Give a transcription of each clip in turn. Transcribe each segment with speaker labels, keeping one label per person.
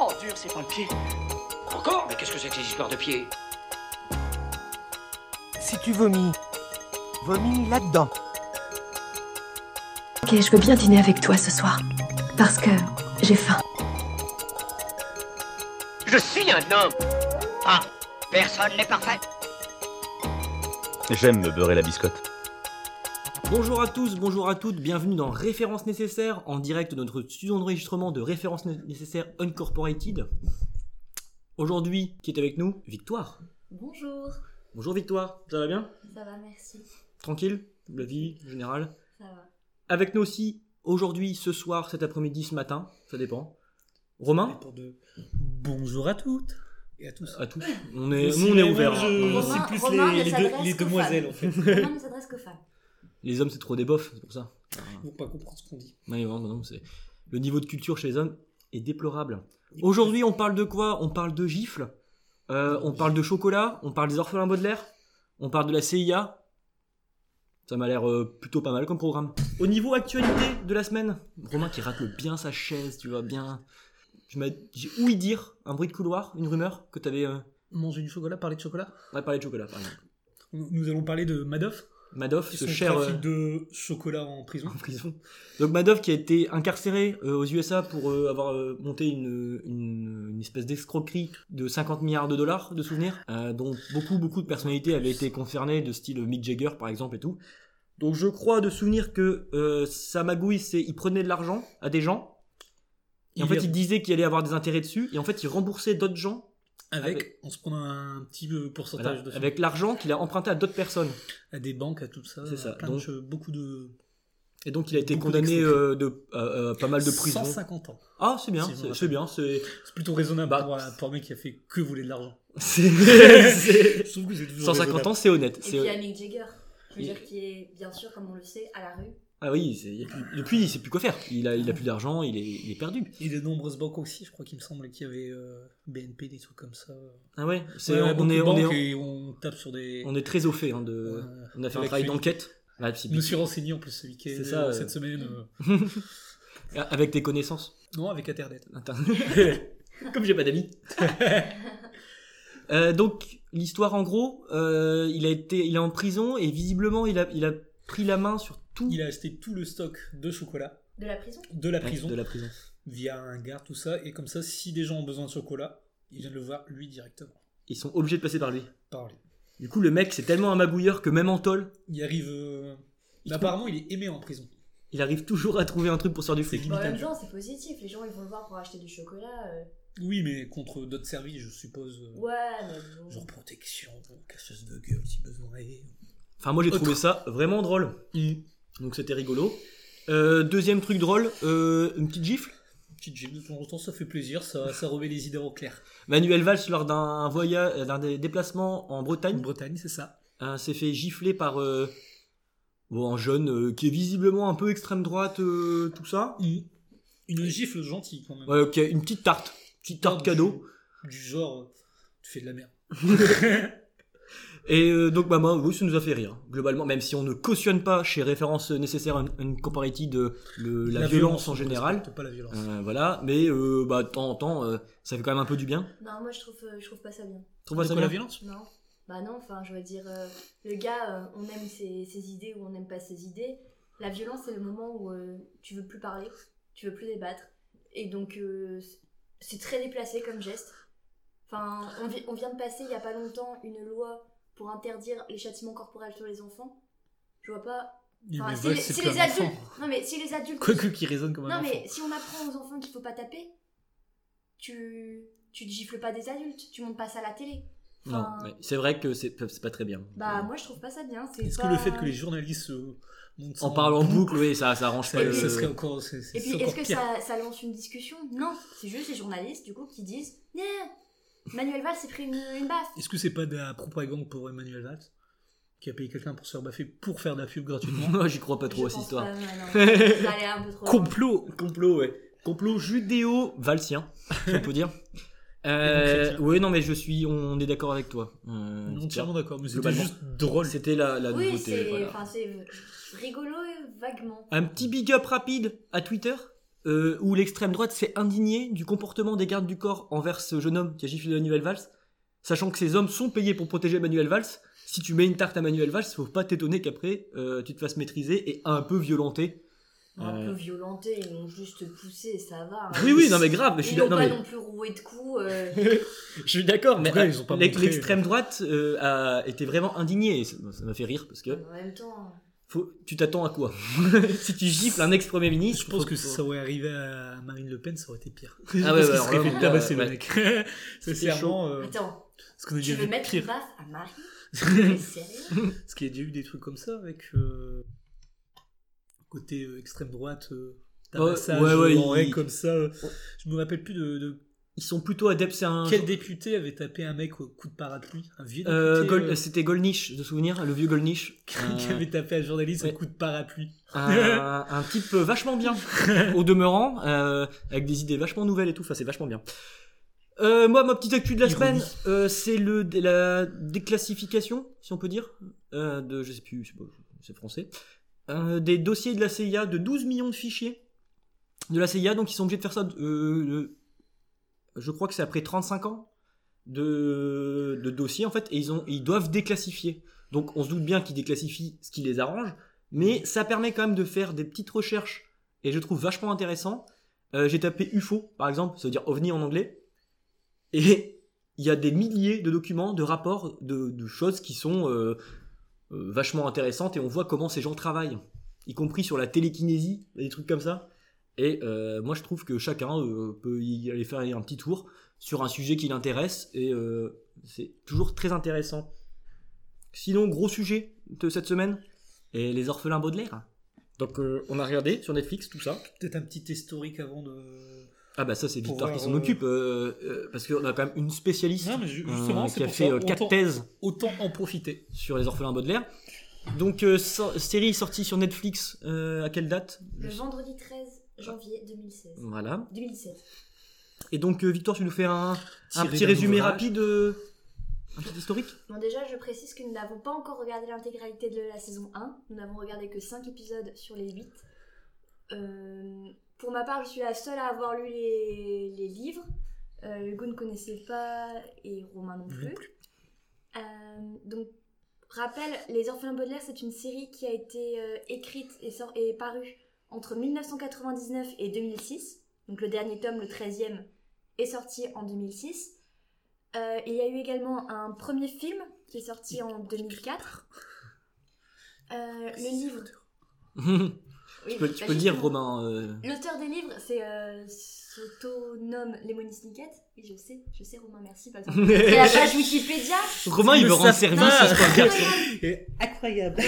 Speaker 1: Oh, dur, c'est pas le pied.
Speaker 2: Encore Mais qu'est-ce que c'est que ces histoires de pieds
Speaker 3: Si tu vomis, vomis là-dedans.
Speaker 4: Ok, je veux bien dîner avec toi ce soir. Parce que j'ai faim.
Speaker 2: Je suis un homme Ah Personne n'est parfait
Speaker 5: J'aime me beurrer la biscotte.
Speaker 6: Bonjour à tous, bonjour à toutes, bienvenue dans Référence Nécessaire, en direct de notre studio d'enregistrement de Référence Nécessaire Uncorporated. Aujourd'hui, qui est avec nous Victoire.
Speaker 7: Bonjour,
Speaker 6: Bonjour Victoire, ça va bien
Speaker 7: ça va, merci.
Speaker 6: Tranquille La vie générale
Speaker 7: Ça va.
Speaker 6: Avec nous aussi, aujourd'hui, ce soir, cet après-midi, ce matin, ça dépend. Romain
Speaker 8: pour de bonjour à toutes et à tous.
Speaker 6: À tous. On est,
Speaker 8: Aussi,
Speaker 6: Euh, nous, on est
Speaker 8: moi,
Speaker 6: ouvert.
Speaker 8: je-
Speaker 6: hein.
Speaker 8: c'est plus
Speaker 7: Romain
Speaker 8: les-
Speaker 7: ne
Speaker 8: les deux-
Speaker 7: s'adresse
Speaker 8: les
Speaker 7: qu'aux
Speaker 8: demoiselles,
Speaker 7: femmes.
Speaker 8: en fait.
Speaker 7: Romain ne s'adresse qu'aux femmes.
Speaker 6: Les hommes, c'est trop des bofs, c'est pour ça.
Speaker 8: Ils vont pas comprendre ce qu'on dit.
Speaker 6: Ouais, non, non, c'est- Le niveau de culture chez les hommes est déplorable. Aujourd'hui, on parle de quoi On parle de gifles, euh, on parle de chocolat, on parle des orphelins Baudelaire, on parle de la CIA. Ça m'a l'air euh, plutôt pas mal comme programme. Au niveau actualité de la semaine, Romain qui racle bien sa chaise, tu vois, bien. Tu m'as- J'ai ouï dire un bruit de couloir, une rumeur, que t'avais. Euh...
Speaker 8: Manger du chocolat, parler de chocolat.
Speaker 6: Ouais, parlé de chocolat, par exemple.
Speaker 8: Nous nous allons parler de Madoff,
Speaker 6: Madoff,
Speaker 8: qui
Speaker 6: ce
Speaker 8: son
Speaker 6: cher. euh,
Speaker 8: trafic de chocolat en prison.
Speaker 6: en prison. Donc Madoff qui a été incarcéré euh, aux USA pour euh, avoir euh, monté une, une- une espèce d'escroquerie de 50 milliards de dollars de souvenirs, euh, dont beaucoup beaucoup de personnalités avaient été concernées, de style euh, Mick Jagger par exemple et tout. Donc je crois de souvenir que euh, sa magouille c'est il prenait de l'argent à des gens. Et en
Speaker 8: Il
Speaker 6: fait,
Speaker 8: est-
Speaker 6: il disait qu'il allait avoir des intérêts dessus, et en fait, il remboursait d'autres gens
Speaker 8: Avec,
Speaker 6: avec-
Speaker 8: on se prend un petit peu pourcentage
Speaker 6: voilà,
Speaker 8: dessus.
Speaker 6: avec l'argent qu'il a emprunté à d'autres personnes.
Speaker 8: à des banques, à tout ça.
Speaker 6: C'est ça,
Speaker 8: à plein
Speaker 6: donc-
Speaker 8: de che- beaucoup de.
Speaker 6: Et donc, il a été
Speaker 8: Beaucoup
Speaker 6: condamné
Speaker 8: d'escroqueries.
Speaker 6: euh, de euh, euh, pas mal de prison.
Speaker 8: 150 ans.
Speaker 6: Ah, c'est bien,
Speaker 8: Si je me
Speaker 6: c'est-
Speaker 8: rappelle.
Speaker 6: c'est bien, c'est
Speaker 8: C'est plutôt raisonnable
Speaker 6: Bah,
Speaker 8: pour, un, pour un mec qui a fait que voler de l'argent.
Speaker 6: C'est- c'est-
Speaker 8: Je trouve que c'est toujours
Speaker 6: 150 ans, c'est honnête.
Speaker 7: Et
Speaker 6: c'est-
Speaker 7: puis il y a Mick Jagger, je veux
Speaker 6: Il-
Speaker 7: dire, qui est bien sûr, comme on le sait, à la rue.
Speaker 6: Ah oui, c'est- il y a plus- depuis, il sait plus quoi faire. Il a, il a plus d'argent, il est, il est perdu.
Speaker 8: Et de nombreuses banques aussi, je crois qu'il me semble qu'il y avait euh, BNP, des trucs comme ça.
Speaker 6: Ah ouais, c'est-
Speaker 8: Ouais,
Speaker 6: on,
Speaker 8: beaucoup
Speaker 6: est,
Speaker 8: de
Speaker 6: on,
Speaker 8: banques
Speaker 6: est,
Speaker 8: et on tape sur des.
Speaker 6: on est très au fait. hein, de,
Speaker 8: Euh,
Speaker 6: on a fait un
Speaker 8: la
Speaker 6: travail
Speaker 8: clé.
Speaker 6: d'enquête. Ouais, c'est-
Speaker 8: Je me suis renseigné en plus ce week-end,
Speaker 6: C'est ça,
Speaker 8: euh,
Speaker 6: euh.
Speaker 8: cette semaine. euh,
Speaker 6: Ah, Avec tes connaissances.
Speaker 8: non, avec Internet.
Speaker 6: Attends. Comme j'ai pas d'amis. Euh, donc, l'histoire en gros, euh, il, a été, il est en prison et visiblement, il a, il a pris la main sur tout
Speaker 8: Il a acheté tout le stock de chocolat
Speaker 7: De la prison
Speaker 8: de la
Speaker 6: Ouais,
Speaker 8: prison
Speaker 6: de la prison.
Speaker 8: via un gars, tout ça. Et comme ça, si des gens ont besoin de chocolat, ils viennent le voir lui directement.
Speaker 6: Ils sont obligés de passer par lui.
Speaker 8: Parler.
Speaker 6: Du coup, le mec, c'est tellement un magouilleur que même en tôle,
Speaker 8: Il arrive. euh,
Speaker 6: Il
Speaker 8: bah,
Speaker 6: trouve-
Speaker 8: apparemment, il est aimé en prison.
Speaker 6: il arrive toujours à trouver un truc pour sortir du flic.
Speaker 8: C'est
Speaker 7: Bah, En
Speaker 8: Limite
Speaker 7: même
Speaker 8: un
Speaker 7: temps, c'est positif, les gens ils vont le voir pour acheter du chocolat. euh,
Speaker 8: Oui, mais contre d'autres services, je suppose. euh,
Speaker 7: Ouais, mais bon.
Speaker 8: Genre protection, casseuse de gueule si besoin est.
Speaker 6: Enfin, moi j'ai trouvé
Speaker 8: Autre.
Speaker 6: ça vraiment drôle. Donc c'était rigolo. Euh, deuxième truc drôle, euh, une petite gifle.
Speaker 8: Petite gifle de temps en temps, ça fait plaisir, ça, ça remet les idées en clair.
Speaker 6: Manuel Valls, lors d'un voyage, d'un dé- déplacement en
Speaker 8: En
Speaker 6: Bretagne,
Speaker 8: Bretagne, c'est ça.
Speaker 6: euh, s'est fait gifler par euh, bon, un jeune euh, qui est visiblement un peu extrême droite, euh, tout ça.
Speaker 8: Mm. Une gifle gentille quand même.
Speaker 6: Ouais, ok, une petite tarte. Petite tarte
Speaker 8: Du-
Speaker 6: cadeau.
Speaker 8: Du genre, euh, tu fais de la merde.
Speaker 6: Euh, Et euh, donc, bah, moi, oui, ça nous a fait rire, globalement, même si on ne cautionne pas chez Référence Nécessaire une, une comparative de le- la, violence en
Speaker 8: on
Speaker 6: général.
Speaker 8: respecte Pas la violence.
Speaker 6: Euh, voilà, mais euh, bah, de temps en temps, euh, ça fait quand même un peu du bien.
Speaker 7: Non, moi je trouve, euh, je trouve pas ça bien.
Speaker 6: Tu trouves
Speaker 8: C'est
Speaker 6: ça
Speaker 8: quoi la
Speaker 6: bien
Speaker 8: violence
Speaker 7: Non. Bah non, enfin, je veux dire, euh, le gars, euh, on aime ses, ses idées ou on n'aime pas ses idées. La violence, c'est le moment où euh, tu veux plus parler, tu veux plus débattre. Et donc, euh, c'est très déplacé comme geste. Enfin, on, vi- on vient de passer, il n'y a pas longtemps, une loi pour interdire les châtiments corporels sur les enfants. Je vois pas... Enfin, si les, si les adultes... Non, mais si les adultes...
Speaker 8: Quoi que qui résonne comme un
Speaker 7: Non,
Speaker 8: enfant.
Speaker 7: mais si on apprend aux enfants qu'il faut pas taper, tu... Tu te gifles pas des adultes, tu montes pas ça à la télé.
Speaker 6: Non,
Speaker 7: Enfin,
Speaker 6: mais c'est vrai que c'est c'est pas très bien. Euh,
Speaker 7: Bah moi je trouve pas ça bien. c'est
Speaker 8: Est-ce
Speaker 7: pas-
Speaker 8: que le fait que les journalistes euh, montent ça
Speaker 6: en parlant en euh, boucle, oui, ça, ça arrange pas
Speaker 8: ça,
Speaker 6: le.
Speaker 8: ça serait encore. c'est- c'est
Speaker 7: Et puis
Speaker 8: encore
Speaker 7: est-ce que
Speaker 8: pire.
Speaker 7: ça, ça lance une discussion Non, c'est juste les journalistes du coup qui disent Nya, Manuel Valls s'est pris une, une baffe.
Speaker 8: Est-ce que c'est pas de la propagande pour Emmanuel Valls qui a payé quelqu'un pour se faire baffer pour faire de la pub gratuitement
Speaker 6: Moi, j'y crois pas trop
Speaker 7: Je
Speaker 6: à cette histoire.
Speaker 7: pense pas, non, non. Ça allait un peu trop loin.
Speaker 6: Complot, complot, ouais. Complot judéo-valsien, si on peut dire. Euh,
Speaker 8: Et donc, chrétien.
Speaker 6: oui, non, mais je suis. On est d'accord avec toi. Euh,
Speaker 8: Non,
Speaker 6: Pierre.
Speaker 8: entièrement d'accord, mais c'était
Speaker 6: Globalement.
Speaker 8: juste drôle.
Speaker 6: C'était la, la
Speaker 7: Oui,
Speaker 6: nouveauté.
Speaker 7: c'est
Speaker 6: voilà.
Speaker 7: enfin, c'est rigolo et vaguement.
Speaker 6: Un petit big up rapide à Twitter euh, où l'extrême droite s'est indignée du comportement des gardes du corps envers ce jeune homme qui a giflé Manuel Valls, sachant que ces hommes sont payés pour protéger Manuel Valls. Si tu mets une tarte à Manuel Valls, faut pas t'étonner qu'après euh, tu te fasses maîtriser et un peu violenter.
Speaker 7: Un
Speaker 6: Euh.
Speaker 7: peu violenté, ils l'ont juste poussé, ça va. hein.
Speaker 6: Oui, oui, non mais grave, mais je
Speaker 7: Ils
Speaker 6: suis
Speaker 7: l'ont
Speaker 6: d'accord.
Speaker 7: pas
Speaker 6: non, mais-
Speaker 7: non plus roué de coups. euh,
Speaker 6: Je suis d'accord, mais
Speaker 8: Après, ils ont pas
Speaker 6: l'ex-
Speaker 8: montré.
Speaker 6: l'extrême droite euh, a été vraiment indignée. Et ça ça m'a fait rire parce que
Speaker 7: En même temps, hein.
Speaker 6: faut- tu t'attends à quoi Si tu gifles un ex-premier ministre,
Speaker 8: Je pense
Speaker 6: faut-
Speaker 8: que si
Speaker 6: faut- Ah
Speaker 8: ça aurait arrivé à Marine Le Pen, ça aurait été pire.
Speaker 6: ouais,
Speaker 8: Parce qu'il
Speaker 6: ouais,
Speaker 8: serait
Speaker 6: alors là,
Speaker 8: fait tabasser
Speaker 6: ouais.
Speaker 8: le mec. C'est clairement euh,
Speaker 7: attends,
Speaker 8: ce qu'on a
Speaker 7: tu
Speaker 8: déjà
Speaker 7: veux
Speaker 8: vu de
Speaker 7: mettre une
Speaker 8: pire.
Speaker 7: baffe à Marie T'es sérieux
Speaker 8: Parce qu'il y a déjà eu des trucs comme ça avec euh, côté euh, extrême droite, euh, tabassage,
Speaker 6: Oh, ouais, ouais,
Speaker 8: en
Speaker 6: il-
Speaker 8: haie comme ça. euh. Je me rappelle plus de, de-
Speaker 6: Ils sont plutôt adeptes. C'est un
Speaker 8: quel député avait tapé un mec au coup de parapluie, un vieux
Speaker 6: Euh,
Speaker 8: député
Speaker 6: Gol-
Speaker 8: euh,
Speaker 6: C'était Golnish, de souvenir, le vieux Golnish.
Speaker 8: qui avait tapé un journaliste
Speaker 6: ouais.
Speaker 8: au coup de parapluie.
Speaker 6: un, euh, un type vachement bien, au demeurant, euh, avec des idées vachement nouvelles et tout. Enfin, c'est vachement bien. Euh, moi, ma petite actu de la
Speaker 8: Ironie.
Speaker 6: semaine, euh, c'est le la déclassification, si on peut dire, euh, de je sais plus, je sais pas, c'est français, euh, des dossiers de la CIA, de 12 millions de fichiers de la CIA, donc ils sont obligés de faire ça. euh, euh, je crois que c'est après 35 ans de, de dossiers en fait, et ils ont ils doivent déclassifier. Donc on se doute bien qu'ils déclassifient ce qui les arrange, mais ça permet quand même de faire des petites recherches et je trouve vachement intéressant. Euh, J'ai tapé UFO par exemple, ça veut dire ovni en anglais, et il y a des milliers de documents, de rapports, de, de choses qui sont euh, euh, vachement intéressantes et on voit comment ces gens travaillent, y compris sur la télékinésie, des trucs comme ça. Et euh, moi je trouve que chacun euh, peut y aller faire un petit tour sur un sujet qui l'intéresse et euh, c'est toujours très intéressant. Sinon, gros sujet de cette semaine, et les orphelins Baudelaire. Donc euh, on a regardé sur Netflix tout ça.
Speaker 8: Peut-être un petit historique avant de.
Speaker 6: Ah bah ça c'est
Speaker 8: Pour
Speaker 6: Victor qui
Speaker 8: voir,
Speaker 6: s'en
Speaker 8: euh,
Speaker 6: occupe, euh, euh, parce qu'on a quand même une spécialiste
Speaker 8: Non, mais ju-
Speaker 6: euh,
Speaker 8: justement, c'est
Speaker 6: qui a
Speaker 8: pour
Speaker 6: fait
Speaker 8: ça,
Speaker 6: 4
Speaker 8: autant-
Speaker 6: thèses
Speaker 8: Autant en profiter.
Speaker 6: sur les orphelins Baudelaire. Donc, euh, so- série sortie sur Netflix, euh, à quelle date Je
Speaker 7: Le
Speaker 6: sais-
Speaker 7: vendredi 13 janvier 2016.
Speaker 6: Voilà.
Speaker 7: 2017.
Speaker 6: Et donc, euh, Victor, tu nous fais un, un
Speaker 8: Tiré
Speaker 6: petit
Speaker 8: d'un
Speaker 6: résumé
Speaker 8: ouvrage.
Speaker 6: rapide, euh, un petit historique
Speaker 7: Bon, déjà, je précise que nous n'avons pas encore regardé l'intégralité de la saison 1. Nous n'avons regardé que 5 épisodes sur les 8. Euh, pour ma part, je suis la seule à avoir lu les, les livres. Euh, Hugo ne connaissait pas et Romain non plus.
Speaker 8: Non
Speaker 7: Euh, donc, rappel, Les Orphelins Baudelaire, c'est une série qui a été euh, écrite et, sort- et parue entre 1999 et 2006. Donc, le dernier tome, le 13e, est sorti en 2006. Euh, il y a eu également un premier film qui est sorti en 2004. Euh, le livre. bah,
Speaker 6: Tu peux, tu peux le dire, Romain. euh,
Speaker 7: L'auteur des livres, c'est euh, s'autonome Lemony Snicket. Oui, je sais, je sais, Romain, merci. Parce que c'est la page Wikipédia.
Speaker 6: Romain, il
Speaker 8: Ils
Speaker 6: veut
Speaker 8: le
Speaker 6: rendre
Speaker 8: savent
Speaker 6: service
Speaker 8: pas.
Speaker 6: à ce podcast.
Speaker 8: Et Incroyable.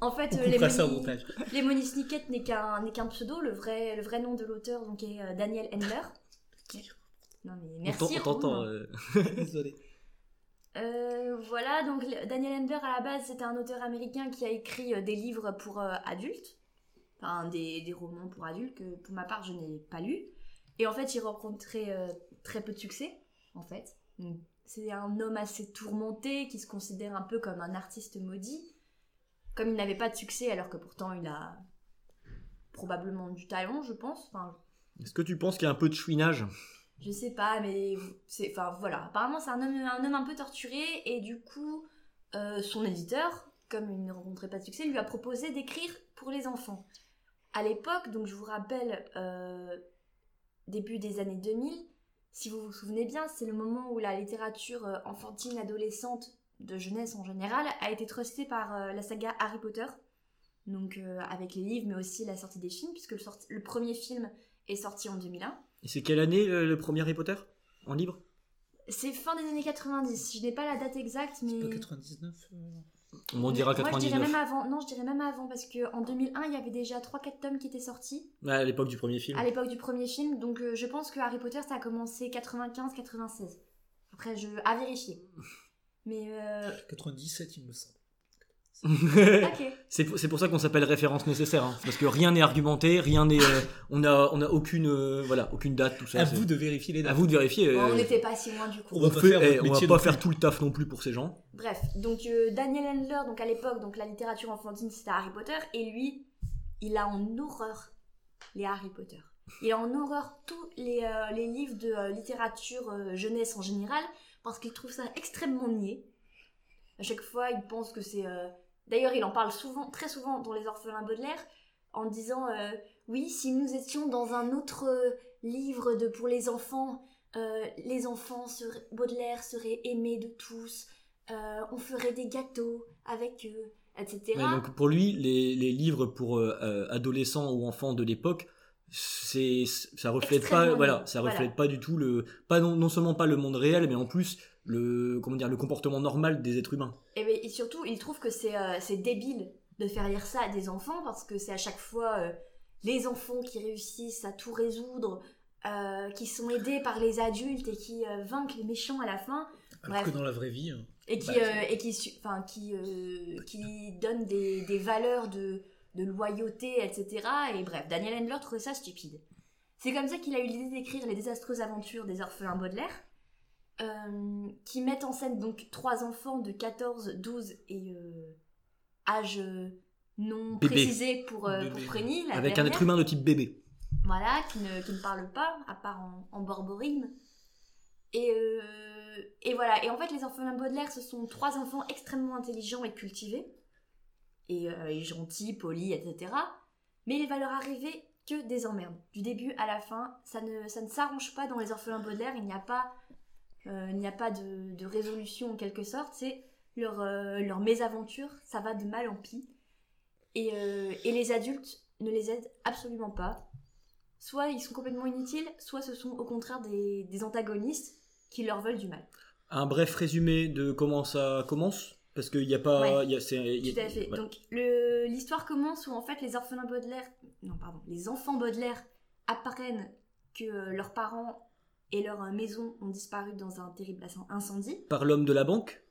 Speaker 7: En fait,
Speaker 8: On
Speaker 7: euh,
Speaker 8: coupera ça au
Speaker 7: Lemony,
Speaker 8: montage.
Speaker 7: Lemony Snicket n'est qu'un n'est qu'un pseudo. Le vrai, le vrai nom de l'auteur donc, est euh, Daniel Endler. Non, mais
Speaker 6: On t'en-
Speaker 7: merci.
Speaker 6: on t'entend.
Speaker 7: Romain.
Speaker 6: euh,
Speaker 8: Désolé.
Speaker 7: Euh, voilà, donc le- Daniel Ender à la base c'est un auteur américain qui a écrit euh, des livres pour euh, adultes, enfin des, des romans pour adultes que pour ma part je n'ai pas lu. Et en fait il rencontrait euh, très peu de succès en fait. Donc, C'est un homme assez tourmenté qui se considère un peu comme un artiste maudit, comme il n'avait pas de succès alors que pourtant il a probablement du talent je pense. Enfin,
Speaker 6: Est-ce que tu penses qu'il y a un peu de chouinage
Speaker 7: je sais pas, mais c'est, enfin voilà. Apparemment, c'est un homme, un homme un peu torturé et du coup, euh, son éditeur, comme il ne rencontrait pas de succès, lui a proposé d'écrire pour les enfants. À l'époque, donc je vous rappelle, euh, début des années 2000, si vous vous souvenez bien, c'est le moment où la littérature euh, enfantine, adolescente, de jeunesse en général, a été trustée par euh, la saga Harry Potter. Donc euh, avec les livres, mais aussi la sortie des films, puisque le, sorti- le premier film est sorti en 2001.
Speaker 6: Et c'est quelle année euh, le premier Harry Potter En libre
Speaker 7: C'est fin des années 90. Je n'ai pas la date exacte, mais.
Speaker 8: Pas 99. euh,
Speaker 6: On dira
Speaker 7: Moi, je dirais
Speaker 6: 99.
Speaker 7: même avant. Non, je dirais même avant parce que en 2001, il y avait déjà 3-4 tomes qui étaient sortis
Speaker 6: Ouais, À l'époque du premier film.
Speaker 7: à l'époque du premier film. Donc, euh, je pense que Harry Potter, ça a commencé 95-96. Après, je à vérifier. Mais euh...
Speaker 8: 97, il me semble.
Speaker 7: ok.
Speaker 6: C'est pour, c'est pour ça qu'on s'appelle référence nécessaire, hein. C'est parce que rien n'est argumenté, rien n'est, euh, on a, on a aucune, euh, voilà, aucune date, tout ça.
Speaker 8: à
Speaker 6: c'est-
Speaker 8: vous de vérifier les
Speaker 6: à
Speaker 8: dates.
Speaker 6: vous de vérifier.
Speaker 7: Bon,
Speaker 6: euh,
Speaker 7: on n'était pas si loin du coup.
Speaker 8: on va pas
Speaker 6: fait-
Speaker 8: faire votre
Speaker 6: eh, on va
Speaker 8: métier
Speaker 6: pas
Speaker 8: non
Speaker 6: faire
Speaker 8: plus.
Speaker 6: tout le taf non plus pour ces gens.
Speaker 7: Bref, donc euh, Daniel Handler, donc à l'époque, donc la littérature enfantine c'était Harry Potter, et lui, il a en horreur les Harry Potter. Il a en horreur tous les, euh, les livres de euh, littérature euh, jeunesse en général parce qu'il trouve ça extrêmement niais. À chaque fois, il pense que c'est. euh, D'ailleurs, il en parle souvent, très souvent dans Les Orphelins Baudelaire en disant euh, Oui, si nous étions dans un autre euh, livre de, pour les enfants, euh, les enfants, seraient- Baudelaire serait aimé de tous, euh, on ferait des gâteaux avec eux, etc.
Speaker 6: Ouais, donc pour lui, les, les livres pour euh, euh, adolescents ou enfants de l'époque, c'est ça reflète pas,
Speaker 7: Extrêmement
Speaker 6: voilà,
Speaker 7: nul,
Speaker 6: ça
Speaker 7: voilà.
Speaker 6: reflète pas du tout le, pas non, non seulement pas le monde réel, mais en plus le comment dire le comportement normal des êtres humains.
Speaker 7: Et, ben, et surtout, il trouve que c'est euh, c'est débile de faire lire ça à des enfants parce que c'est à chaque fois euh, les enfants qui réussissent à tout résoudre, euh, qui sont aidés par les adultes et qui euh, vainquent les méchants à la fin
Speaker 8: Alors
Speaker 7: Bref.
Speaker 8: que dans la vraie vie, hein,
Speaker 7: et qui,
Speaker 8: Bah,
Speaker 7: euh, et qui, su- enfin, qui, euh, qui donnent des, des valeurs de, de loyauté, etc. Et bref, Daniel Handler trouvait ça stupide. C'est comme ça qu'il a eu l'idée d'écrire Les désastreuses aventures des orphelins Baudelaire, euh, qui mettent en scène donc trois enfants de 14, 12 et euh, âge euh, non
Speaker 6: Bébé.
Speaker 7: précisé pour, euh,
Speaker 8: Bébé.
Speaker 7: pour Prunille, la
Speaker 6: Avec un
Speaker 7: dernière.
Speaker 6: être humain de type bébé.
Speaker 7: Voilà, qui ne, qui ne parle pas, à part en, en borborigme. Et, euh, et voilà. Et en fait, les orphelins Baudelaire, ce sont trois enfants extrêmement intelligents et cultivés. Et, euh, et gentils, polis, etc. Mais il va leur arriver que des emmerdes. Du début à la fin, ça ne, ça ne s'arrange pas dans les orphelins Baudelaire. Il n'y a pas, euh, il n'y a pas de, de résolution en quelque sorte. C'est leur, euh, leur mésaventure. Ça va de mal en pis. Et, euh, et les adultes ne les aident absolument pas soit ils sont complètement inutiles, soit ce sont au contraire des, des antagonistes qui leur veulent du mal.
Speaker 6: Un bref résumé de comment ça commence, parce qu'il n'y a pas,
Speaker 7: Ouais.
Speaker 6: il y a, c'est- il y a-
Speaker 7: Tout à fait.
Speaker 6: voilà.
Speaker 7: Donc le- l'histoire commence où en fait les orphelins Baudelaire, non pardon, les enfants Baudelaire apprennent que euh, leurs parents et leur euh, maison ont disparu dans un terrible inc- incendie
Speaker 6: par l'homme de la banque.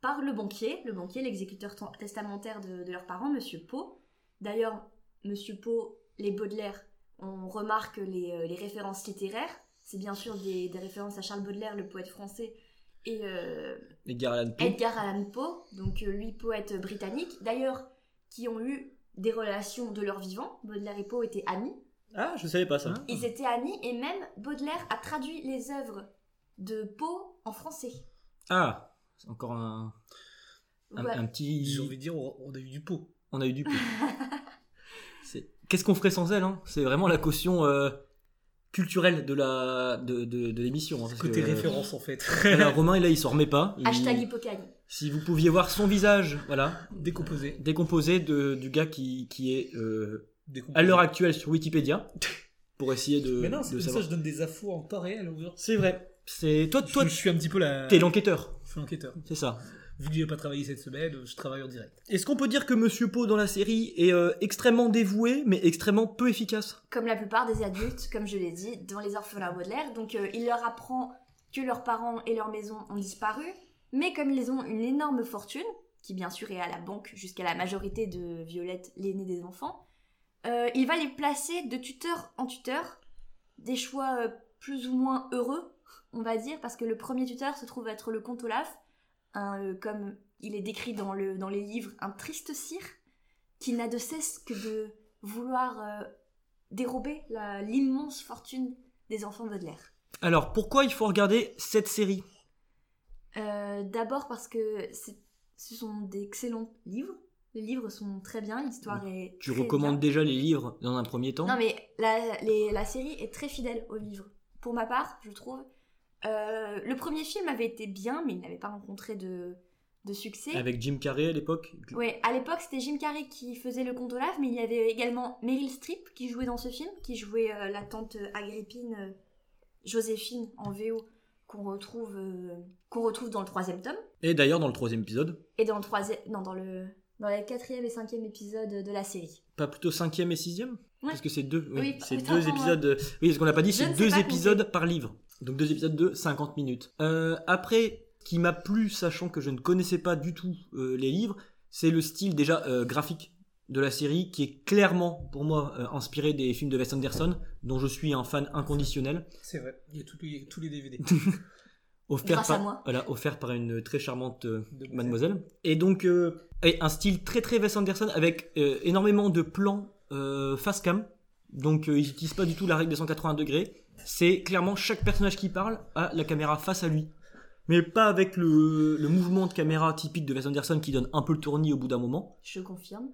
Speaker 7: par le banquier, le banquier, l'exécuteur ten- testamentaire de, de leurs parents, Monsieur Poe. D'ailleurs, Monsieur Poe, les Baudelaire, on remarque les, euh, les références littéraires. C'est bien sûr des, des références à Charles Baudelaire, le poète français, et euh,
Speaker 6: Edgar Allan Poe.
Speaker 7: Edgar Allan Poe, donc euh, lui poète britannique, d'ailleurs, qui ont eu des relations de leur vivant. Baudelaire et Poe étaient amis.
Speaker 6: Ah, je savais pas ça.
Speaker 8: Hein
Speaker 7: Ils étaient amis et même Baudelaire a traduit les œuvres de Poe en français.
Speaker 6: Ah, c'est encore un, un-
Speaker 7: Voilà.
Speaker 6: un petit.
Speaker 8: j'ai envie de dire, on, on a eu du pot.
Speaker 6: On a eu du coup. C'est- Qu'est-ce qu'on ferait sans elle hein C'est vraiment la caution euh, culturelle de la de, de- de l'émission. hein, parce
Speaker 8: Côté
Speaker 6: que, euh,
Speaker 8: référence, en fait.
Speaker 6: voilà, Romain, là, il s'en remet pas. Il-
Speaker 7: Hashtag Hippocanie.
Speaker 6: Si vous pouviez voir son visage, voilà,
Speaker 8: Décomposé.
Speaker 6: décomposé de, du gars qui, qui est euh,
Speaker 8: Décomposé.
Speaker 6: à l'heure actuelle sur Wikipédia pour essayer de,
Speaker 8: Mais non, c'est
Speaker 6: de
Speaker 8: comme
Speaker 6: savoir.
Speaker 8: ça, je donne des infos en temps réel. aux gens.
Speaker 6: C'est vrai. C'est toi, toi,
Speaker 8: je, je suis un petit peu la.
Speaker 6: t'es l'enquêteur.
Speaker 8: Je suis l'enquêteur.
Speaker 6: C'est ça.
Speaker 8: Vu que j'ai pas travaillé cette semaine, je travaille en direct.
Speaker 6: Est-ce qu'on peut dire que Monsieur Poe dans la série est euh, extrêmement dévoué, mais extrêmement peu efficace
Speaker 7: comme la plupart des adultes, comme je l'ai dit, dans les orphelins Baudelaire. Donc euh, il leur apprend que leurs parents et leur maison ont disparu, mais comme ils ont une énorme fortune, qui bien sûr est à la banque jusqu'à la majorité de Violette, l'aînée des enfants, euh, il va les placer de tuteur en tuteur, des choix euh, plus ou moins heureux, on va dire, parce que le premier tuteur se trouve être le comte Olaf, un, euh, comme il est décrit dans, le, dans les livres, un triste cire, qui n'a de cesse que de vouloir euh, dérober la- l'immense fortune des enfants Baudelaire.
Speaker 6: Alors pourquoi il faut regarder cette série
Speaker 7: Euh, D'abord parce que c'est- ce sont d'excellents livres. Les livres sont très bien, l'histoire est.
Speaker 6: Tu
Speaker 7: très
Speaker 6: recommandes
Speaker 7: bien.
Speaker 6: déjà les livres dans un premier temps
Speaker 7: Non, mais la, les- la série est très fidèle aux livres. Pour ma part, je trouve. Euh, le premier film avait été bien, mais il n'avait pas rencontré de, de succès.
Speaker 6: Avec Jim Carrey à l'époque
Speaker 7: Ouais, à l'époque, c'était Jim Carrey qui faisait le comte Olaf, mais il y avait également Meryl Streep qui jouait dans ce film, qui jouait euh, la tante Agrippine, euh, Joséphine en VO, qu'on retrouve, euh, qu'on retrouve dans le troisième tome.
Speaker 6: Et d'ailleurs dans le troisième épisode,
Speaker 7: Et dans le troisième. Non, dans le. Dans les quatrième et cinquième épisode de la série.
Speaker 6: pas plutôt cinquième et sixième
Speaker 7: Ouais.
Speaker 6: Parce que c'est deux, oui,
Speaker 7: Oui,
Speaker 6: c'est
Speaker 7: putain,
Speaker 6: deux
Speaker 7: pardon,
Speaker 6: épisodes. euh, Oui, ce qu'on n'a pas dit,
Speaker 7: Je
Speaker 6: c'est
Speaker 7: ne sais
Speaker 6: deux
Speaker 7: pas
Speaker 6: épisodes par livre. Donc deux épisodes de 50 minutes. Euh, après, ce qui m'a plu, sachant que je ne connaissais pas du tout euh, les livres, c'est le style déjà euh, graphique de la série qui est clairement pour moi euh, inspiré des films de Wes Anderson dont je suis un fan inconditionnel
Speaker 8: C'est vrai, il y a tous les, tous les DVD.
Speaker 6: offert
Speaker 7: Grâce
Speaker 6: par,
Speaker 7: à moi.
Speaker 6: voilà, offert par une très charmante euh,
Speaker 8: Demoiselle.
Speaker 6: mademoiselle. Et donc, euh, et un style très très Wes Anderson avec euh, énormément de plans euh, face cam. Donc euh, ils n'utilisent pas du tout la règle des 180 degrés. C'est clairement chaque personnage qui parle a la caméra face à lui. Mais pas avec le, le mouvement de caméra typique de Wes Anderson qui donne un peu le tournis au bout d'un moment.
Speaker 7: Je confirme.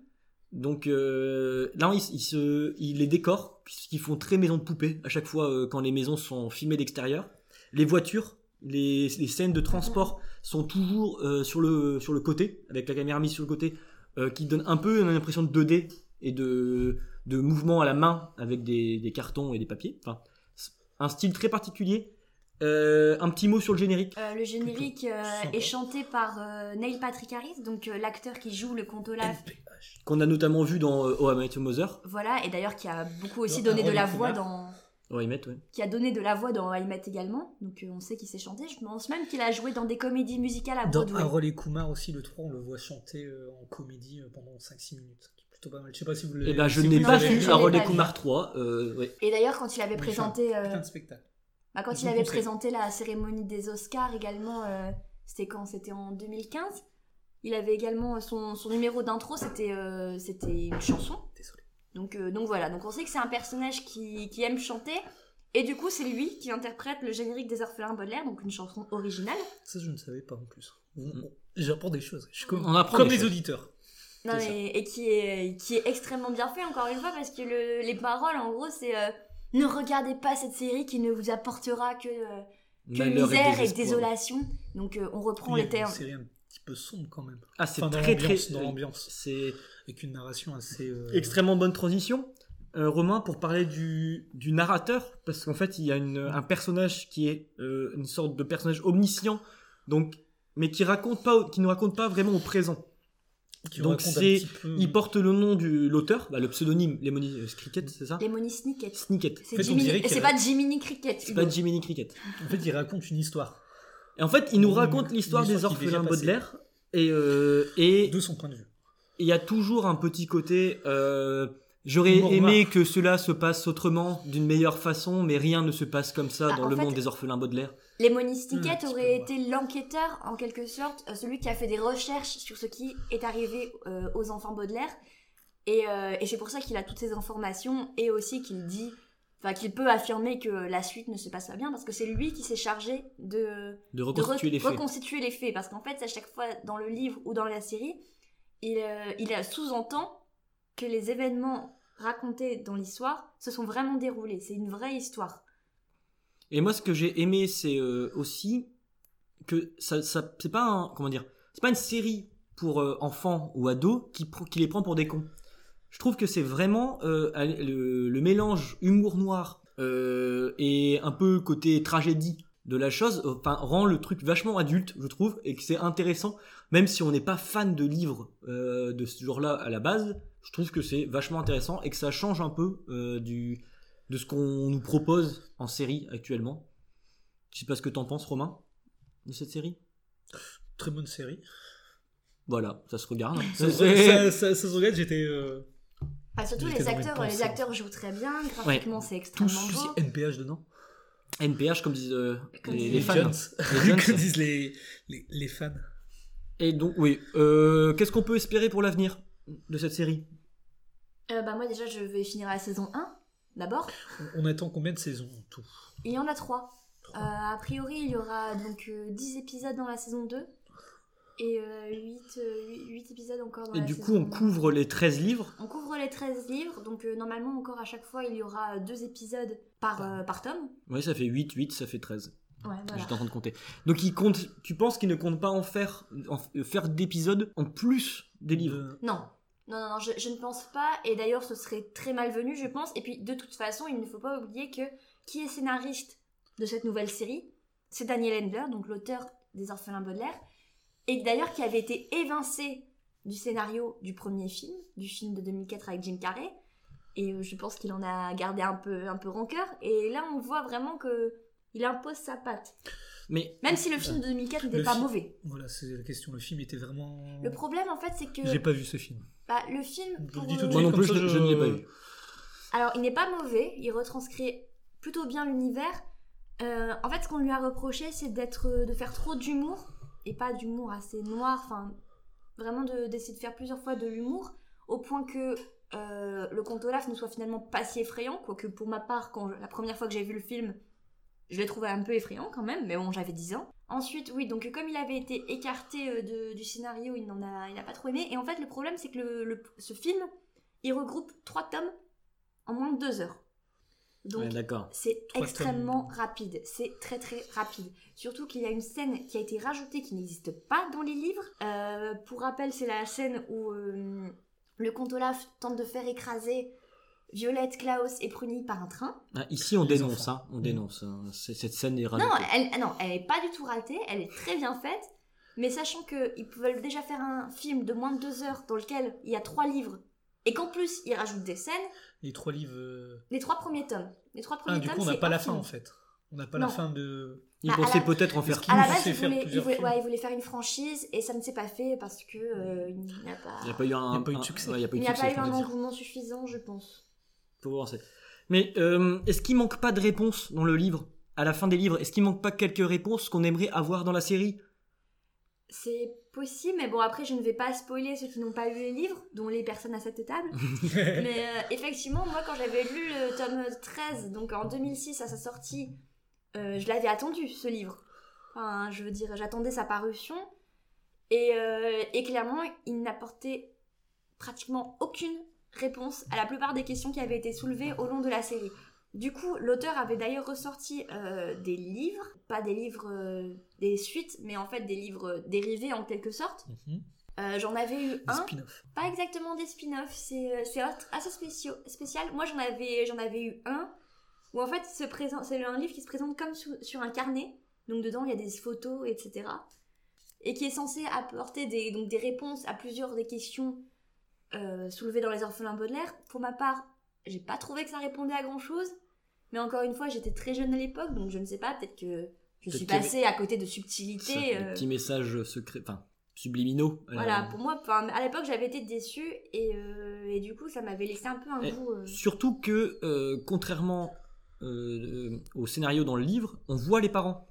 Speaker 6: Donc euh, là, ils, ils se, ils les décorent, puisqu'ils font très maison de poupée à chaque fois euh, quand les maisons sont filmées d'extérieur. Les voitures, les, les scènes de transport sont toujours euh, sur, le, sur le côté, avec la caméra mise sur le côté, euh, qui donne un peu une impression de 2D et de, de mouvement à la main avec des, des cartons et des papiers. Enfin, c'est un style très particulier. Euh, un petit mot sur le générique.
Speaker 7: Euh, le générique euh, est chanté par euh, Neil Patrick Harris, donc euh, l'acteur qui joue le comte Olaf.
Speaker 6: qu'on a notamment vu dans euh, Oh, I Met Your Mother.
Speaker 7: Voilà, et d'ailleurs qui a beaucoup aussi
Speaker 8: Dans
Speaker 7: donné de
Speaker 8: Harold
Speaker 7: la
Speaker 8: et
Speaker 7: voix
Speaker 8: Kumar.
Speaker 7: dans.
Speaker 6: Oh, I Met, ouais.
Speaker 7: qui a donné de la voix dans I Met également, donc euh, on sait qu'il s'est chanté. Je pense même qu'il a joué dans des comédies musicales à
Speaker 8: Dans
Speaker 7: Broadway.
Speaker 8: Harold et Kumar aussi, le 3, on le voit chanter euh, en comédie euh, pendant 5-6 minutes. C'est plutôt pas mal. Je sais pas si vous l'avez
Speaker 6: Eh ben, je
Speaker 8: Euh, si
Speaker 6: n'ai
Speaker 8: vous
Speaker 6: pas
Speaker 8: l'avez
Speaker 7: vu,
Speaker 6: vu
Speaker 7: je
Speaker 6: Harold
Speaker 7: l'ai
Speaker 6: et
Speaker 7: pas
Speaker 6: Kumar 3. euh, ouais.
Speaker 7: Et d'ailleurs, quand il avait
Speaker 8: Mais
Speaker 7: présenté, euh,
Speaker 8: Putain de spectacle.
Speaker 7: bah, quand
Speaker 8: je
Speaker 7: il
Speaker 8: vous
Speaker 7: avait
Speaker 8: conseille.
Speaker 7: présenté la cérémonie des Oscars également, euh, c'était quand C'était en 2015. Il avait également euh, son, son numéro d'intro, c'était euh, c'était une chanson.
Speaker 8: Désolé.
Speaker 7: Donc, euh, donc voilà, donc on sait que c'est un personnage qui, qui aime chanter. Et du coup, c'est lui qui interprète le générique des Orphelins Baudelaire, donc une chanson originale.
Speaker 8: Ça, je ne savais pas en plus.
Speaker 6: Mm.
Speaker 8: J'apprends des choses. Je suis comme,
Speaker 6: On apprend
Speaker 8: comme
Speaker 6: des
Speaker 8: les
Speaker 6: choses.
Speaker 8: auditeurs.
Speaker 7: Non,
Speaker 8: C'est ça.
Speaker 7: mais- et qui est, qui est extrêmement bien fait, encore une fois, parce que le- les paroles, en gros, c'est euh, Ne regardez pas cette série qui ne vous apportera que, euh, que
Speaker 6: Malheur
Speaker 7: misère et,
Speaker 6: désespoir.
Speaker 7: désolation. Donc, euh, on reprend les
Speaker 8: Il y a une
Speaker 7: termes.
Speaker 8: série un petit peu sombre quand même.
Speaker 6: Ah, c'est
Speaker 8: Enfin, dans
Speaker 6: très
Speaker 8: l'ambiance,
Speaker 6: très.
Speaker 8: dans l'ambiance.
Speaker 6: C'est
Speaker 8: Avec une narration assez. euh,
Speaker 6: extrêmement bonne transition. Euh, Romain, pour parler du, du narrateur, parce qu'en fait, il y a une- un personnage qui est euh, une sorte de personnage omniscient, donc, mais qui raconte pas, qui ne raconte pas vraiment au présent.
Speaker 8: qui
Speaker 6: donc
Speaker 8: raconte un
Speaker 6: c'est-
Speaker 8: petit peu- euh,
Speaker 6: Il porte le nom de l'auteur, bah, le pseudonyme Lemony euh, Cricket, c'est ça
Speaker 7: Les Lemony Snicket.
Speaker 6: Snicket.
Speaker 7: C'est
Speaker 8: fait, on
Speaker 7: Jiminy-
Speaker 8: dirait
Speaker 7: et c'est
Speaker 8: qu'elle-
Speaker 7: pas Jiminy Cricket.
Speaker 6: C'est
Speaker 7: Hugo.
Speaker 6: pas Jiminy Cricket.
Speaker 8: En fait, il raconte une histoire
Speaker 6: Et en fait, il nous raconte
Speaker 8: Une
Speaker 6: l'histoire des
Speaker 8: histoire qui est déjà
Speaker 6: orphelins
Speaker 8: passée.
Speaker 6: Baudelaire. Et, euh, et
Speaker 8: de son point de vue.
Speaker 6: il y a toujours un petit côté euh, j'aurais
Speaker 8: Humour
Speaker 6: aimé
Speaker 8: noir.
Speaker 6: que cela se passe autrement d'une meilleure façon mais rien ne se passe comme ça
Speaker 7: Ah,
Speaker 6: dans
Speaker 7: en
Speaker 6: le
Speaker 7: fait-
Speaker 6: monde des orphelins Baudelaire
Speaker 7: Les Monistiquettes
Speaker 6: Hmm,
Speaker 8: Un petit peu,
Speaker 7: aurait
Speaker 8: ouais.
Speaker 7: été l'enquêteur, en quelque sorte, euh, celui qui a fait des recherches sur ce qui est arrivé euh, aux enfants Baudelaire. Et, euh, et c'est pour ça qu'il a toutes ces informations et aussi qu'il dit, enfin, qu'il peut affirmer que la suite ne se passe pas bien parce que c'est lui qui s'est chargé de,
Speaker 6: de
Speaker 7: de re-
Speaker 6: reconstituer les faits
Speaker 7: reconstituer les faits. Parce qu'en fait, à chaque fois, dans le livre ou dans la série, il, euh, il a- sous-entend que les événements racontés dans l'histoire se sont vraiment déroulés. C'est une vraie histoire.
Speaker 6: et moi ce que j'ai aimé c'est euh, aussi que ça, ça- c'est pas un, comment dire c'est pas une série pour euh, enfants ou ados qui, pr- qui les prend pour des cons je trouve que c'est vraiment euh, le, le mélange humour noir euh, et un peu côté tragédie de la chose euh, enfin, rend le truc vachement adulte, je trouve, et que c'est intéressant, même si on n'est pas fan de livres euh, de ce genre-là à la base, je trouve que c'est vachement intéressant et que ça change un peu euh, du, de ce qu'on nous propose en série actuellement. Je sais pas ce que t'en penses, Romain, de cette série.
Speaker 8: Très bonne série.
Speaker 6: Voilà, ça se regarde.
Speaker 8: Ça,
Speaker 6: C'est-
Speaker 8: ça- ça- ça se regarde, j'étais. euh,
Speaker 7: Ah, surtout
Speaker 8: J'étais
Speaker 7: les
Speaker 8: dans mes
Speaker 7: acteurs, les
Speaker 8: pensées.
Speaker 7: acteurs jouent très bien, graphiquement c'est
Speaker 8: Tous
Speaker 7: extrêmement
Speaker 8: aussi
Speaker 7: beau.
Speaker 8: NPH dedans.
Speaker 6: NPH, comme disent euh,
Speaker 7: Comme
Speaker 6: les,
Speaker 7: disent
Speaker 6: les
Speaker 7: les
Speaker 6: fans.
Speaker 8: Jones.
Speaker 6: Les
Speaker 8: Que
Speaker 6: Jones.
Speaker 8: disent les, les, les fans.
Speaker 6: Et donc, oui, euh, qu'est-ce qu'on peut espérer pour l'avenir de cette série
Speaker 7: Euh, bah moi déjà je vais finir la saison 1 d'abord.
Speaker 8: On, on attend combien de saisons en tout
Speaker 7: Il y en a 3. a priori il y aura donc euh, 10 épisodes dans la saison 2 et euh, 8, épisodes encore dans
Speaker 6: Et
Speaker 7: la
Speaker 6: du
Speaker 7: saison
Speaker 6: coup, on
Speaker 7: 1.
Speaker 6: couvre les 13 livres.
Speaker 7: On couvre les 13 livres, donc euh, normalement encore à chaque fois il y aura 2 épisodes par, euh, par tome.
Speaker 6: Oui, ça fait 8, 8, ça fait 13.
Speaker 7: Ouais, voilà.
Speaker 6: J'étais en train de compter. Donc, il compte, tu penses qu'il ne compte pas en faire, en f- euh, faire d'épisodes en plus des livres
Speaker 8: De-
Speaker 7: Non. Non, non, non, je, je ne pense pas, et d'ailleurs ce serait très malvenu, je pense. Et puis de toute façon, il ne faut pas oublier que qui est scénariste de cette nouvelle série, c'est Daniel Handler, donc l'auteur des Orphelins Baudelaire, et d'ailleurs qui avait été évincé du scénario du premier film, du film de 2004 avec Jim Carrey, et euh, je pense qu'il en a gardé un peu, un peu rancœur, et là on voit vraiment que il impose sa patte,
Speaker 6: Mais
Speaker 7: même si le film de 2004 n'était
Speaker 8: Le
Speaker 7: pas
Speaker 8: fi-
Speaker 7: mauvais.
Speaker 8: Voilà, c'est la question. Le film était vraiment.
Speaker 7: Le problème en fait, c'est que
Speaker 8: J'ai pas vu ce film.
Speaker 7: bah, le film,
Speaker 8: Je vous
Speaker 7: pour,
Speaker 8: le dis tout de
Speaker 6: moi
Speaker 7: euh,
Speaker 8: suite,
Speaker 6: non
Speaker 8: comme
Speaker 6: plus,
Speaker 8: ça,
Speaker 6: je, je ne l'ai pas vu.
Speaker 7: Alors, il n'est pas mauvais, il retranscrit plutôt bien l'univers. Euh, en fait, ce qu'on lui a reproché, c'est d'être, euh, de faire trop d'humour, et pas d'humour assez noir, enfin, vraiment de- d'essayer de faire plusieurs fois de l'humour, au point que euh, le conte Olaf ne soit finalement pas si effrayant, quoique pour ma part, quand je- la première fois que j'ai vu le film, je l'ai trouvé un peu effrayant quand même, mais bon, j'avais 10 ans. Ensuite, oui, donc comme il avait été écarté euh, de- du scénario, il n'en a, il a pas trop aimé. Et en fait, le problème, c'est que le, le- ce film, il regroupe trois tomes en moins de deux heures. Donc,
Speaker 6: Ouais, D'accord.
Speaker 7: c'est
Speaker 8: Trois
Speaker 7: extrêmement rapide, c'est très très rapide. Surtout qu'il y a une scène qui a été rajoutée qui n'existe pas dans les livres. Euh, pour rappel, c'est la scène où euh, le comte Olaf tente de faire écraser Violette, Klaus et Prunille par un train.
Speaker 6: Ah, ici, on
Speaker 8: Les
Speaker 6: dénonce,
Speaker 8: enfants.
Speaker 6: hein, on dénonce. hein. C'est- Cette scène est
Speaker 7: Non,
Speaker 6: rajoutée.
Speaker 7: elle, ah non, elle est pas du tout ratée, elle est très bien faite. Mais sachant qu'ils veulent déjà faire un film de moins de deux heures dans lequel il y a trois livres et qu'en plus ils rajoutent des scènes,
Speaker 8: Les trois livres. euh,
Speaker 7: les trois premiers tomes. Les trois premiers
Speaker 8: Ah, du coup,
Speaker 7: tomes,
Speaker 8: on n'a
Speaker 7: c'est
Speaker 8: pas la
Speaker 7: un
Speaker 8: fin
Speaker 7: film.
Speaker 8: en fait. On n'a pas
Speaker 7: Non.
Speaker 8: la fin de.
Speaker 6: Ils
Speaker 7: bah, à
Speaker 6: pensaient
Speaker 7: la-
Speaker 6: peut-être en faire
Speaker 8: Parce
Speaker 6: plus.
Speaker 7: À la
Speaker 8: Ils
Speaker 7: base,
Speaker 8: sait
Speaker 7: il
Speaker 8: faire
Speaker 7: voulait, il,
Speaker 8: plusieurs
Speaker 7: voulait,
Speaker 8: films.
Speaker 7: ouais, il voulait faire une franchise et ça ne s'est pas fait parce que euh, il n'y a pas,
Speaker 6: Il n'y a pas eu un.
Speaker 8: Il y a pas eu de
Speaker 6: un-
Speaker 8: succès.
Speaker 6: ouais, il y a pas eu
Speaker 7: il
Speaker 6: de
Speaker 7: n'y a
Speaker 6: succès,
Speaker 7: pas eu
Speaker 6: faut
Speaker 7: un
Speaker 6: le dire.
Speaker 7: engouement suffisant, je pense.
Speaker 6: Faut voir, c'est- Mais euh, est-ce qu'il manque pas de réponses dans le livre À la fin des livres, est-ce qu'il manque pas quelques réponses qu'on aimerait avoir dans la série
Speaker 7: C'est possible, mais bon, après, je ne vais pas spoiler ceux qui n'ont pas lu les livres, dont les personnes à cette table. mais euh, effectivement, moi, quand j'avais lu le tome 13, donc en 2006 à sa sortie, euh, je l'avais attendu, ce livre. Enfin, je veux dire, j'attendais sa parution. Et, euh, et clairement, il n'apportait pratiquement aucune réponse à la plupart des questions qui avaient été soulevées au long de la série. Du coup, l'auteur avait d'ailleurs ressorti euh, des livres, pas des livres euh, des suites, mais en fait des livres dérivés en quelque sorte.
Speaker 8: Mhm.
Speaker 7: Euh, J'en avais eu
Speaker 8: Des
Speaker 7: un
Speaker 8: spin-offs.
Speaker 7: pas exactement des spin-offs, c'est euh, c'est autre- assez spéciaux, spécial. Moi, j'en avais, j'en avais eu un où en fait, se présente- c'est un livre qui se présente comme sous- sur un carnet. Donc dedans, il y a des photos, etc. Et qui est censé apporter des, donc, des réponses à plusieurs des questions euh, soulevées dans les orphelins Baudelaire. Pour ma part, j'ai pas trouvé que ça répondait à grand chose. Mais encore une fois, j'étais très jeune à l'époque, donc je ne sais pas, peut-être que
Speaker 6: Peut-être
Speaker 7: je suis
Speaker 6: qu'il y avait-
Speaker 7: passée à côté de
Speaker 6: Ça,
Speaker 7: subtilités.
Speaker 6: Des
Speaker 7: euh,
Speaker 6: petits messages secrets, enfin subliminaux. euh,
Speaker 7: voilà, pour moi, enfin, à l'époque, j'avais été déçue et, euh, et du coup, ça m'avait laissé un peu un
Speaker 6: Et-
Speaker 7: goût. euh,
Speaker 6: Surtout que, euh, contrairement euh, euh, au scénario dans le livre, on voit les parents.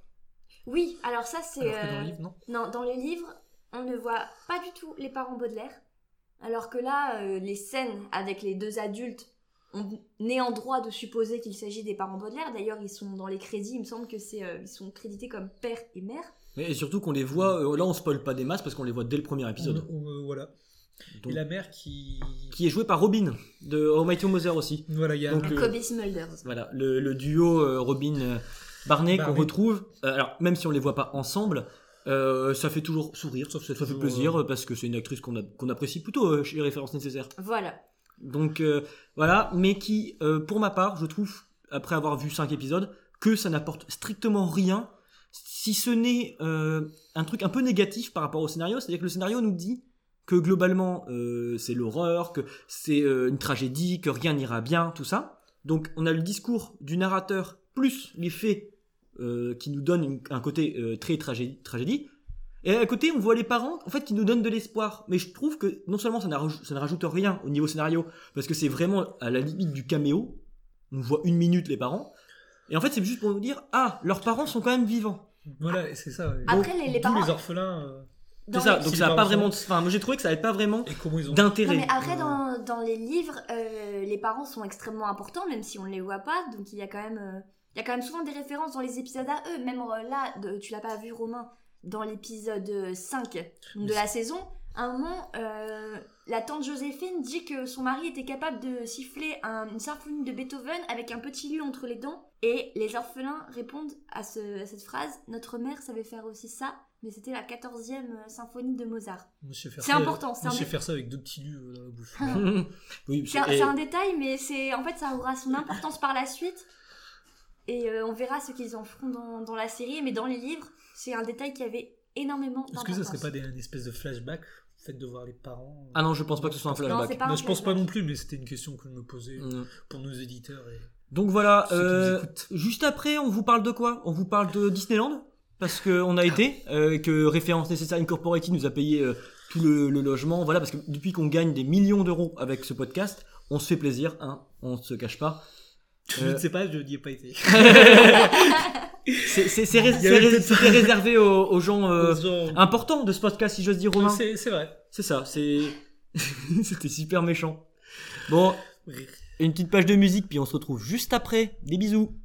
Speaker 7: Oui, alors ça, c'est.
Speaker 8: Alors que dans
Speaker 7: euh,
Speaker 8: le livre, non
Speaker 7: Non, dans les livres, on ne voit pas du tout les parents Baudelaire. Alors que là, euh, les scènes avec les deux adultes, on est en droit de supposer qu'il s'agit des parents Baudelaire. D'ailleurs, ils sont dans les crédits, il me semble que c'est, euh, ils sont crédités comme père et mère.
Speaker 6: Et surtout qu'on les voit. euh, là, on spoil pas des masses parce qu'on les voit dès le premier épisode.
Speaker 8: On- on- euh, voilà.
Speaker 6: Donc,
Speaker 8: Et la mère qui.
Speaker 6: Qui est joué par Robin de How I Met Your Mother aussi.
Speaker 8: Voilà, il y a.
Speaker 6: Donc,
Speaker 8: un-
Speaker 6: euh,
Speaker 7: Kobe Smulders.
Speaker 6: Voilà, le, le duo euh, Robin euh, Barney qu'on
Speaker 8: Barney.
Speaker 6: retrouve. euh, alors même si on les voit pas ensemble, euh, ça fait toujours sourire, ça,
Speaker 8: Ça fait
Speaker 6: fait- ça fait
Speaker 8: toujours,
Speaker 6: plaisir
Speaker 8: euh,
Speaker 6: euh, parce que c'est une actrice qu'on a- qu'on apprécie plutôt euh, chez les références nécessaires.
Speaker 7: Voilà.
Speaker 6: Donc euh, voilà, mais qui, euh, pour ma part, je trouve, après avoir vu 5 épisodes, que ça n'apporte strictement rien, si ce n'est euh, un truc un peu négatif par rapport au scénario, c'est-à-dire que le scénario nous dit que globalement euh, c'est l'horreur, que c'est euh, une tragédie, que rien n'ira bien, tout ça. Donc on a le discours du narrateur plus les faits euh, qui nous donnent une- un côté euh, très tragédie, tragédie. Et à côté, on voit les parents, en fait, qui nous donnent de l'espoir. Mais je trouve que non seulement ça, n'a raj- ça ne rajoute rien au niveau scénario, parce que c'est vraiment à la limite du caméo. On voit une minute les parents. Et en fait, c'est juste pour nous dire, ah, leurs parents sont quand même vivants.
Speaker 8: Voilà, et c'est ça.
Speaker 7: Après, les- les
Speaker 8: tous
Speaker 7: parents-
Speaker 8: les orphelins. euh,
Speaker 6: C'est
Speaker 7: Dans
Speaker 6: ça.
Speaker 8: les-
Speaker 6: Donc ça
Speaker 8: si les
Speaker 6: n'a pas
Speaker 8: parents
Speaker 6: vraiment. de- Enfin, moi j'ai trouvé que ça n'avait pas vraiment
Speaker 8: Et comment ils ont.
Speaker 6: d'intérêt.
Speaker 7: Non, mais après,
Speaker 6: Euh,
Speaker 7: dans, dans les livres, euh, les parents sont extrêmement importants, même si on ne les voit pas. Donc, il y a quand même, euh, il y a quand même souvent des références dans les épisodes à eux. Même euh, là, de- tu l'as pas vu, Romain, dans l'épisode euh, 5 donc de la saison, à un moment, euh, la tante Joséphine dit que son mari était capable de siffler un- une symphonie de Beethoven avec un petit lieu entre les dents. Et les orphelins répondent à, ce- à cette phrase Notre mère savait faire aussi ça, mais c'était la 14e symphonie de Mozart.
Speaker 8: Moi, je sais faire
Speaker 7: C'est
Speaker 8: ça-
Speaker 7: important, c'est
Speaker 8: Moi,
Speaker 7: un
Speaker 8: je sais
Speaker 7: des-
Speaker 8: faire ça avec deux petits lus euh, dans la bouche.
Speaker 6: oui,
Speaker 7: C'est un,
Speaker 6: et-
Speaker 7: c'est un détail, mais c'est en fait ça aura son importance par la suite. Et euh, on verra ce qu'ils en feront dans, dans la série, mais dans les livres, c'est un détail qui avait énormément
Speaker 8: Est-ce que
Speaker 7: d'importance.
Speaker 8: ça serait pas des, une espèce de flashback Le fait de voir les parents. euh,
Speaker 6: Ah non, je pense pas que ce soit un
Speaker 7: Non, c'est
Speaker 6: flashback.
Speaker 7: pas
Speaker 8: Non,
Speaker 7: un
Speaker 8: je pense pas
Speaker 7: flashback.
Speaker 8: non plus, mais c'était une question que je me posais
Speaker 6: Mm. Euh.
Speaker 8: pour nos éditeurs. Et...
Speaker 6: Donc voilà,
Speaker 8: Ceux qui nous
Speaker 6: euh,
Speaker 8: écoutent.
Speaker 6: juste après, on vous parle de quoi On vous parle de Disneyland parce que on a été, euh, que Référence Nécessaire Incorporated nous a payé euh, tout le, le logement, voilà, parce que depuis qu'on gagne des millions d'euros avec ce podcast, on se fait plaisir, hein, on ne se cache pas.
Speaker 8: Je
Speaker 6: Euh,
Speaker 8: ne sais pas, je n'y ai pas été.
Speaker 6: C'est c'est- c'est ré-
Speaker 8: Il y avait
Speaker 6: c'est ré-
Speaker 8: peut-être
Speaker 6: c'était réservé aux, aux gens euh,
Speaker 8: Genre-
Speaker 6: importants de ce podcast, si j'ose dire, Romain.
Speaker 8: C'est c'est vrai.
Speaker 6: C'est ça, c'est... C'était super méchant. Bon, une petite page de musique, puis on se retrouve juste après. Des bisous.